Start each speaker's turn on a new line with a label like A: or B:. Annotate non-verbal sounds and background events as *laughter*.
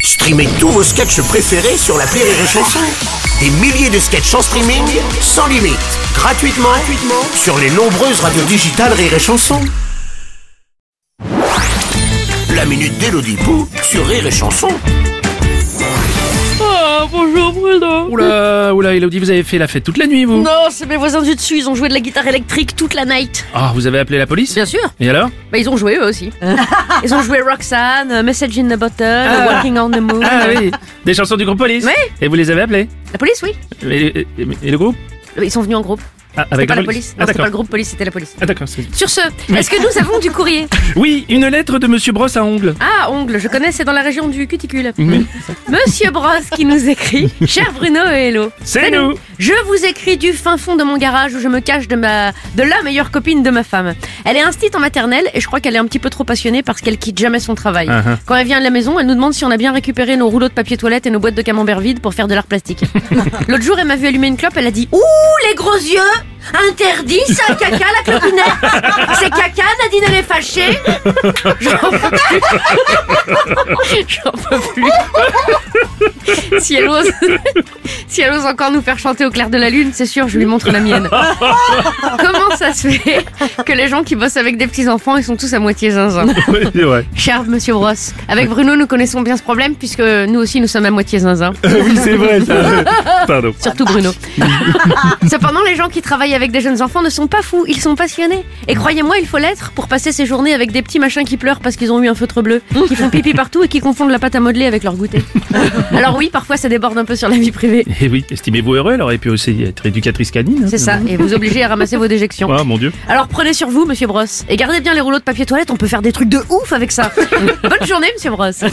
A: Streamez tous vos sketchs préférés sur la Rire et Chanson. Des milliers de sketchs en streaming, sans limite, gratuitement, gratuitement sur les nombreuses radios digitales Rire et Chanson. La minute d'Elodie Pou sur Rire et Chanson.
B: Ah, bonjour Bruno
C: Oula, oula, Elodie, vous avez fait la fête toute la nuit, vous
B: Non, c'est mes voisins du dessus, ils ont joué de la guitare électrique toute la night.
C: Ah, vous avez appelé la police
B: Bien sûr
C: Et alors
B: Bah ils ont joué eux aussi. *laughs* ils ont joué Roxanne, euh, Message in the Bottle, euh, Walking on the Moon.
C: Ah oui, des chansons du groupe police
B: Oui.
C: Et vous les avez appelés
B: La police, oui.
C: et, et- et le groupe
B: Ils sont venus en groupe.
C: Ah,
B: C'était pas la police.
C: Ah
B: Non, c'était pas
C: d'accord.
B: le groupe police, c'était la police.
C: Ah d'accord. c'est-
B: Sur ce, est-ce que nous avons du courrier
C: Oui, une lettre de Monsieur Brosse à ongles.
B: *laughs* Ah, ongle, je connais, c'est dans la région du cuticule.
C: Mais-
B: Monsieur Brosse qui nous *laughs* écrit Cher Bruno et Hello.
C: C'est nous.
B: Je vous écris du fin fond de mon garage où je me cache de ma de la meilleure copine de ma femme. Elle est instite en maternelle et je crois qu'elle est un petit peu trop passionnée parce qu'elle quitte jamais son travail.
C: Ah, ah.
B: Quand elle vient à la maison, elle nous demande si on a bien récupéré nos rouleaux de papier toilette et nos boîtes de camembert vides pour faire de l'art plastique. L'autre jour, elle m'a vu allumer une clope, elle a dit Ouh, les gros yeux Interdit, ça, caca, la clopinette C'est caca, Nadine, elle est fâchée J'en peux plus *laughs* J'en peux plus *laughs* Si elle ose si elle ose encore nous faire chanter au clair de la lune, c'est sûr, je lui montre la mienne. Comment ça se fait que les gens qui bossent avec des petits-enfants, ils sont tous à moitié zinzin
C: *laughs* Oui, c'est vrai.
B: Cher Monsieur Brosse, avec Bruno, nous connaissons bien ce problème puisque nous aussi, nous sommes à moitié zinzin.
C: *laughs* oui, c'est vrai. ça. Pardon.
B: Surtout Bruno. *laughs* Cependant, les gens qui travaillent avec des jeunes enfants ne sont pas fous, ils sont passionnés. Et croyez-moi, il faut l'être pour passer ces journées avec des petits machins qui pleurent parce qu'ils ont eu un feutre bleu, qui font pipi partout et qui confondent la pâte à modeler avec leur goûter. Alors oui, parfois ça déborde un peu sur la vie privée.
C: Et oui, estimez-vous heureux, elle aurait pu aussi être éducatrice canine. hein.
B: C'est ça, et vous obligez à ramasser vos déjections.
C: Ah, mon Dieu.
B: Alors prenez sur vous, monsieur Brosse, et gardez bien les rouleaux de papier toilette, on peut faire des trucs de ouf avec ça. Bonne journée, monsieur Brosse.